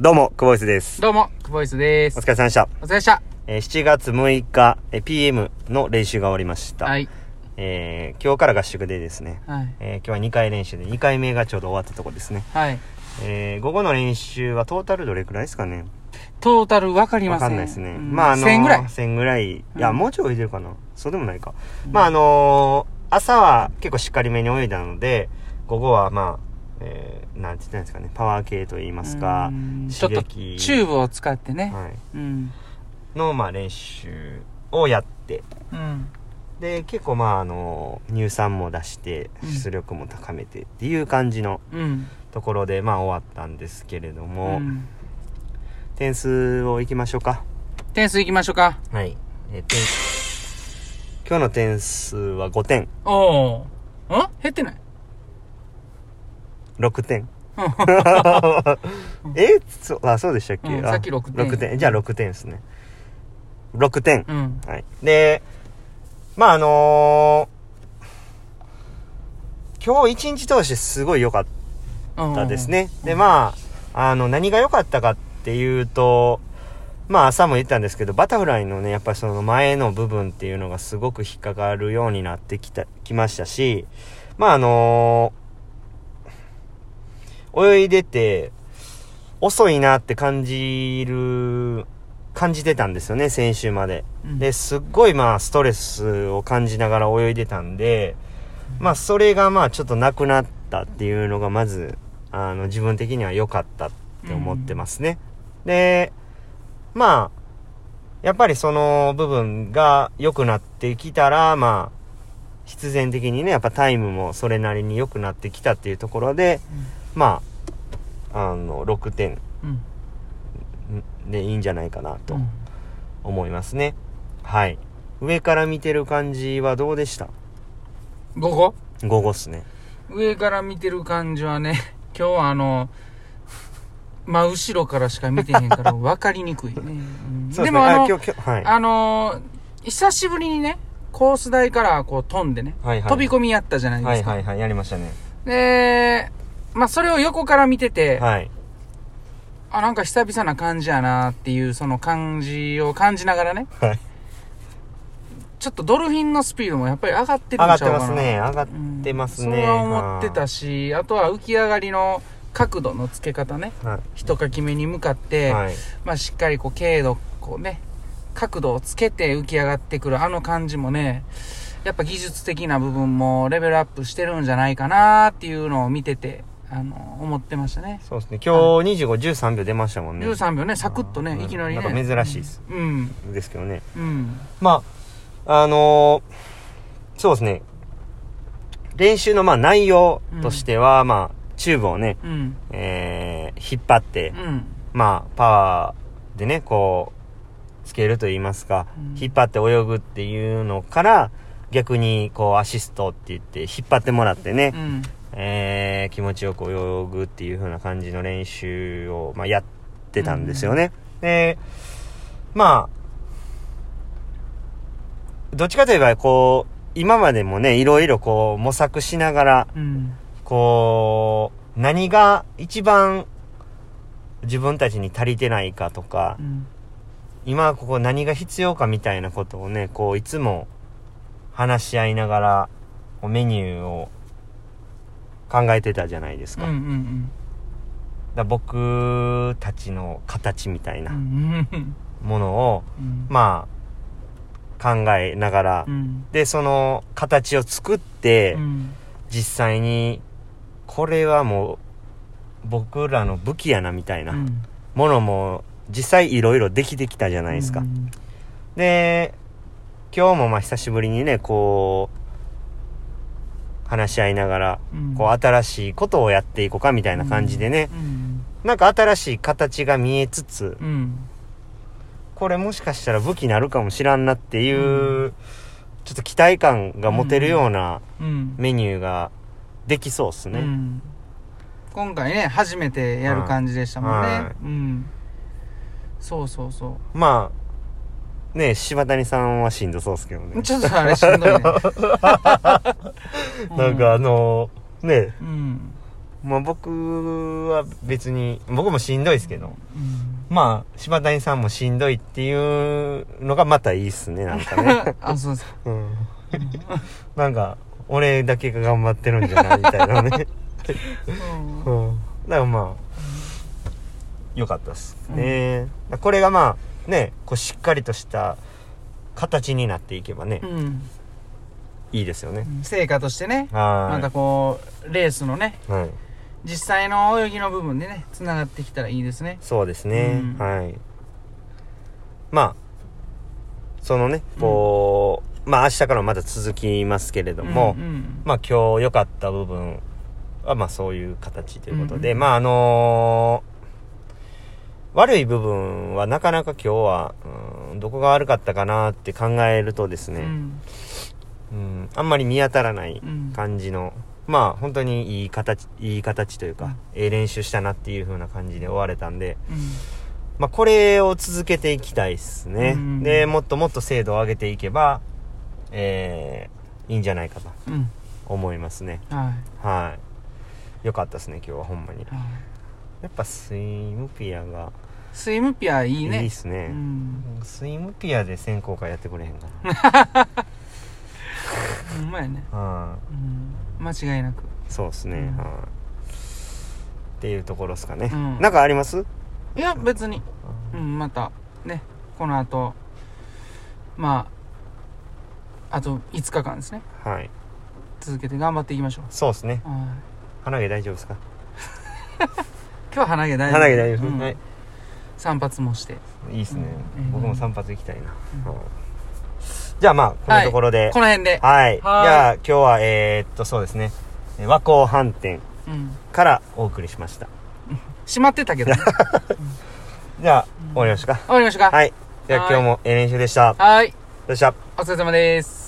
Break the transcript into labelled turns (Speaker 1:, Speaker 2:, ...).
Speaker 1: どうも、久保井です。
Speaker 2: どうも、ボイスで
Speaker 1: お
Speaker 2: す
Speaker 1: 疲。れ様でした。
Speaker 2: お疲れでした。
Speaker 1: えー7月6日、えー PM の練習が終わりました。
Speaker 2: はい。
Speaker 1: えー今日から合宿でですね、
Speaker 2: はい。
Speaker 1: えー今日は2回練習で、2回目がちょうど終わったとこですね。
Speaker 2: はい。
Speaker 1: えー午後の練習はトータルどれくらいですかね
Speaker 2: トータルわかりま
Speaker 1: わ
Speaker 2: せん。
Speaker 1: かんないですね。
Speaker 2: うん
Speaker 1: まあ、あのー、
Speaker 2: 1000ぐらい。
Speaker 1: 1000ぐらい。いや、
Speaker 2: うん
Speaker 1: もうちょい泳いでるかな。そうでもないか。まあ、あのー朝は結構しっかりめに泳いだので、午後はまあ、えーなんて言ったらいいんですかね、パワー系と言いますか
Speaker 2: う、んちょっ
Speaker 1: 刺
Speaker 2: と、チ
Speaker 1: 激。
Speaker 2: ューブを使ってね。
Speaker 1: はい。
Speaker 2: うん。
Speaker 1: の、まあ、練習をやって、
Speaker 2: うん。
Speaker 1: で、結構まあ、あのー乳酸も出して、
Speaker 2: うん
Speaker 1: 出力も高めてっていう感じの
Speaker 2: うん。
Speaker 1: ところで、まあ、終わったんですけれども、
Speaker 2: うん
Speaker 1: 点数をいきましょうか。
Speaker 2: 点数いきましょうか。
Speaker 1: はい。えー点今日の点数は5点、
Speaker 2: おー。ん減ってない
Speaker 1: 6点。 えそあ、そうでしたっけ、
Speaker 2: うん
Speaker 1: あ
Speaker 2: さっき六点
Speaker 1: 六じゃあ6点ですね。6点。
Speaker 2: うん。
Speaker 1: はい。で、まああのー今日一日通してすごい良かっ
Speaker 2: うん
Speaker 1: たです。ね。で、まあ、あの、何が良かったかっていうと、まあ朝も言ったんですけど、バタフライのね、やっぱりその前の部分っていうのがすごく引っかかるようになってきた、きましたし、まああのー泳いでて、遅いなって感じる、感じてたんですよね、先週まで。
Speaker 2: うん
Speaker 1: で、すっごいまあストレスを感じながら泳いでたんで、まあそれがまあちょっとなくなったっていうのがまず、あの自分的には良かったって思ってますね。で、まあ、やっぱりその部分が良くなってきたら、まあ、必然的にね、やっぱタイムもそれなりに良くなってきたっていうところで、まあ、あの、6点
Speaker 2: うん。
Speaker 1: でいいんじゃないかなと
Speaker 2: うん
Speaker 1: 思いますね。はい。上から見てる感じはどうでした
Speaker 2: 午後
Speaker 1: 午後っすね。
Speaker 2: 上から見てる感じはね、 今日はあの、真後ろからしか見てへんから分かりにくいね。うん
Speaker 1: そうですね。
Speaker 2: でもあの
Speaker 1: あ、今日、今日、はい。
Speaker 2: あのー久しぶりにね、コース台からこう飛んでね、
Speaker 1: はいはい
Speaker 2: 飛び込みやったじゃないで
Speaker 1: はい
Speaker 2: すか。
Speaker 1: はいはい、やりましたね。
Speaker 2: で、まあそれを横から見てて、
Speaker 1: はい。
Speaker 2: あ、なんか久々な感じやなっていうその感じを感じながらね、
Speaker 1: はい。
Speaker 2: ちょっとドルフィンのスピードもやっぱり上がって
Speaker 1: 上
Speaker 2: る
Speaker 1: が
Speaker 2: ん
Speaker 1: っ
Speaker 2: ちゃう
Speaker 1: て
Speaker 2: かな
Speaker 1: ますね。上がっ
Speaker 2: うん
Speaker 1: てますね。
Speaker 2: そうは思ってた
Speaker 1: し。
Speaker 2: し、あとは浮き上がりの角度のつけ方ね、
Speaker 1: は
Speaker 2: 一かき目に向かっ
Speaker 1: い。
Speaker 2: て、
Speaker 1: はい。
Speaker 2: まあしっかりこう軽度、こうね、角度をつけて浮き上がってくるあの感じもね、やっぱ技術的な部分もレベルアップしてるんじゃないかなっていうのを見てて、あの、思ってましたね。
Speaker 1: そうですね。今日25、13秒出ましたもんね。
Speaker 2: 13秒ね、サクッと
Speaker 1: うん
Speaker 2: ね、いきなりね。
Speaker 1: なんか珍しいです。
Speaker 2: うん、
Speaker 1: ですけどね。
Speaker 2: うん、
Speaker 1: まあ、あのーそうですね。練習のまあ内容としては、まあ、チューブをね、
Speaker 2: うん、
Speaker 1: えー、引っ張って、
Speaker 2: うん、
Speaker 1: まあ、パワーでね、こう、つけると言いますか、
Speaker 2: うん
Speaker 1: 引っ張って泳ぐっていうのから、逆に、こう、アシストって言って、引っ張ってもらってね
Speaker 2: う、ん、
Speaker 1: えー、気持ちよく泳ぐっていう風な感じの練習を、まあ、やってたんですよね。で、まあ、どっちかといえば、こう、今までもね、いろいろこう、模索しながら、
Speaker 2: うん、
Speaker 1: こう、何が一番自分たちに足りてないかとか、
Speaker 2: うん、
Speaker 1: 今ここ何が必要かみたいなことをね、こういつも話し合いながらこうメニューを考えてたじゃないです
Speaker 2: う
Speaker 1: か。
Speaker 2: ん、うん、うん、
Speaker 1: だ僕たちの形みたい
Speaker 2: うん、う、
Speaker 1: なんものを、
Speaker 2: うん、
Speaker 1: まあ考えながら、
Speaker 2: うん、
Speaker 1: で、その形を作って、
Speaker 2: うん、
Speaker 1: 実際にこれはもう僕らの武器やなみたいなものも実際いろいろできてきたじゃないですか、
Speaker 2: うん
Speaker 1: で今日もまあ久しぶりにねこう話し合いながら
Speaker 2: うん
Speaker 1: こう新しいことをやっていこうかみたいな感じでね、
Speaker 2: うん、
Speaker 1: なんか新しい形が見えつつ
Speaker 2: うん、
Speaker 1: これもしかしたら武器になるかもしらんなっていう、ちょっと期待感が持てるような
Speaker 2: うん、
Speaker 1: メニューができそうっすね、
Speaker 2: うん、今回ね初めてやる感じでしたもんね、
Speaker 1: はいはい
Speaker 2: うんそうそうそ
Speaker 1: まあ、ね柴谷さんはしんどそうですけど
Speaker 2: う
Speaker 1: ね。
Speaker 2: ちょっとあれ しんどいね
Speaker 1: なんかあのね、
Speaker 2: うん
Speaker 1: まあ僕は別に、僕もしんどいですけど、
Speaker 2: うん
Speaker 1: まあ柴谷さんもしんどいっていうのがまたいいっすね、なんか ね。
Speaker 2: あ、そうですか。
Speaker 1: うん。なんか、俺だけが頑張ってるんじゃないみたいなね。
Speaker 2: うん
Speaker 1: うん。だからまあ、良かったっすね。これがまあ、ね、こうしっかりとした形になっていけばね、
Speaker 2: うん。
Speaker 1: いいですよね。
Speaker 2: 成果としてね、また
Speaker 1: は
Speaker 2: こう、レースのね、
Speaker 1: い。はい。
Speaker 2: 実際の泳ぎの部分でね、繋がってきたらいいですね。
Speaker 1: そうですね。
Speaker 2: うん
Speaker 1: はい。まあ、そのね、こう、まあ明日からもまだ続きますけれども、
Speaker 2: うんうん
Speaker 1: まあ今日良かった部分はまあそういう形ということで、
Speaker 2: うんうん
Speaker 1: まああのー悪い部分はなかなか今日は、うん、どこが悪かったかなって考えるとです
Speaker 2: う
Speaker 1: ね、
Speaker 2: ん
Speaker 1: うんあんまり見当たらない
Speaker 2: うん
Speaker 1: 感じの、まあ本当にいい形、いい形というか、ええ練習したなっていう風な感じで終われたんで、
Speaker 2: うん
Speaker 1: まあこれを続けていきたいですね。
Speaker 2: うん
Speaker 1: で、もっともっと精度を上げていけば、えー、いいんじゃないかと
Speaker 2: うん
Speaker 1: 思いますね。
Speaker 2: はい
Speaker 1: はい。よかったですね、今日はほんまに。
Speaker 2: はい
Speaker 1: やっぱスイムピアが
Speaker 2: スイムピアい
Speaker 1: い
Speaker 2: いね
Speaker 1: いっすね。
Speaker 2: うん
Speaker 1: スイムピアで選考会やってくれへんかな。
Speaker 2: ほんまやね
Speaker 1: は
Speaker 2: うん間違いなく
Speaker 1: い。そうですね。
Speaker 2: うん
Speaker 1: はい。っていうところですかね。
Speaker 2: うん
Speaker 1: なんかあります
Speaker 2: いや別にうんまたねこの後まああと5日間ですね
Speaker 1: はい。
Speaker 2: 続けて頑張っていきましょう
Speaker 1: そうですね。
Speaker 2: はい
Speaker 1: 鼻毛大丈夫ですか
Speaker 2: 今日は鼻毛大丈夫
Speaker 1: 鼻毛大丈夫、
Speaker 2: うん
Speaker 1: はい。
Speaker 2: 散髪もして
Speaker 1: いいですね、
Speaker 2: うん
Speaker 1: 僕も散髪行きたいな、
Speaker 2: うん
Speaker 1: はいじゃあまあこのところで
Speaker 2: この辺で
Speaker 1: はい
Speaker 2: はい
Speaker 1: じゃあ今日はえー、っとそうですねえー和光飯店
Speaker 2: うん
Speaker 1: からお送りしました
Speaker 2: 閉まってたけ どね終
Speaker 1: じゃあ終わりましょうか、
Speaker 2: わりましょうか
Speaker 1: はいじゃあ今日もええ練習でした
Speaker 2: はい
Speaker 1: でした
Speaker 2: お疲れ様です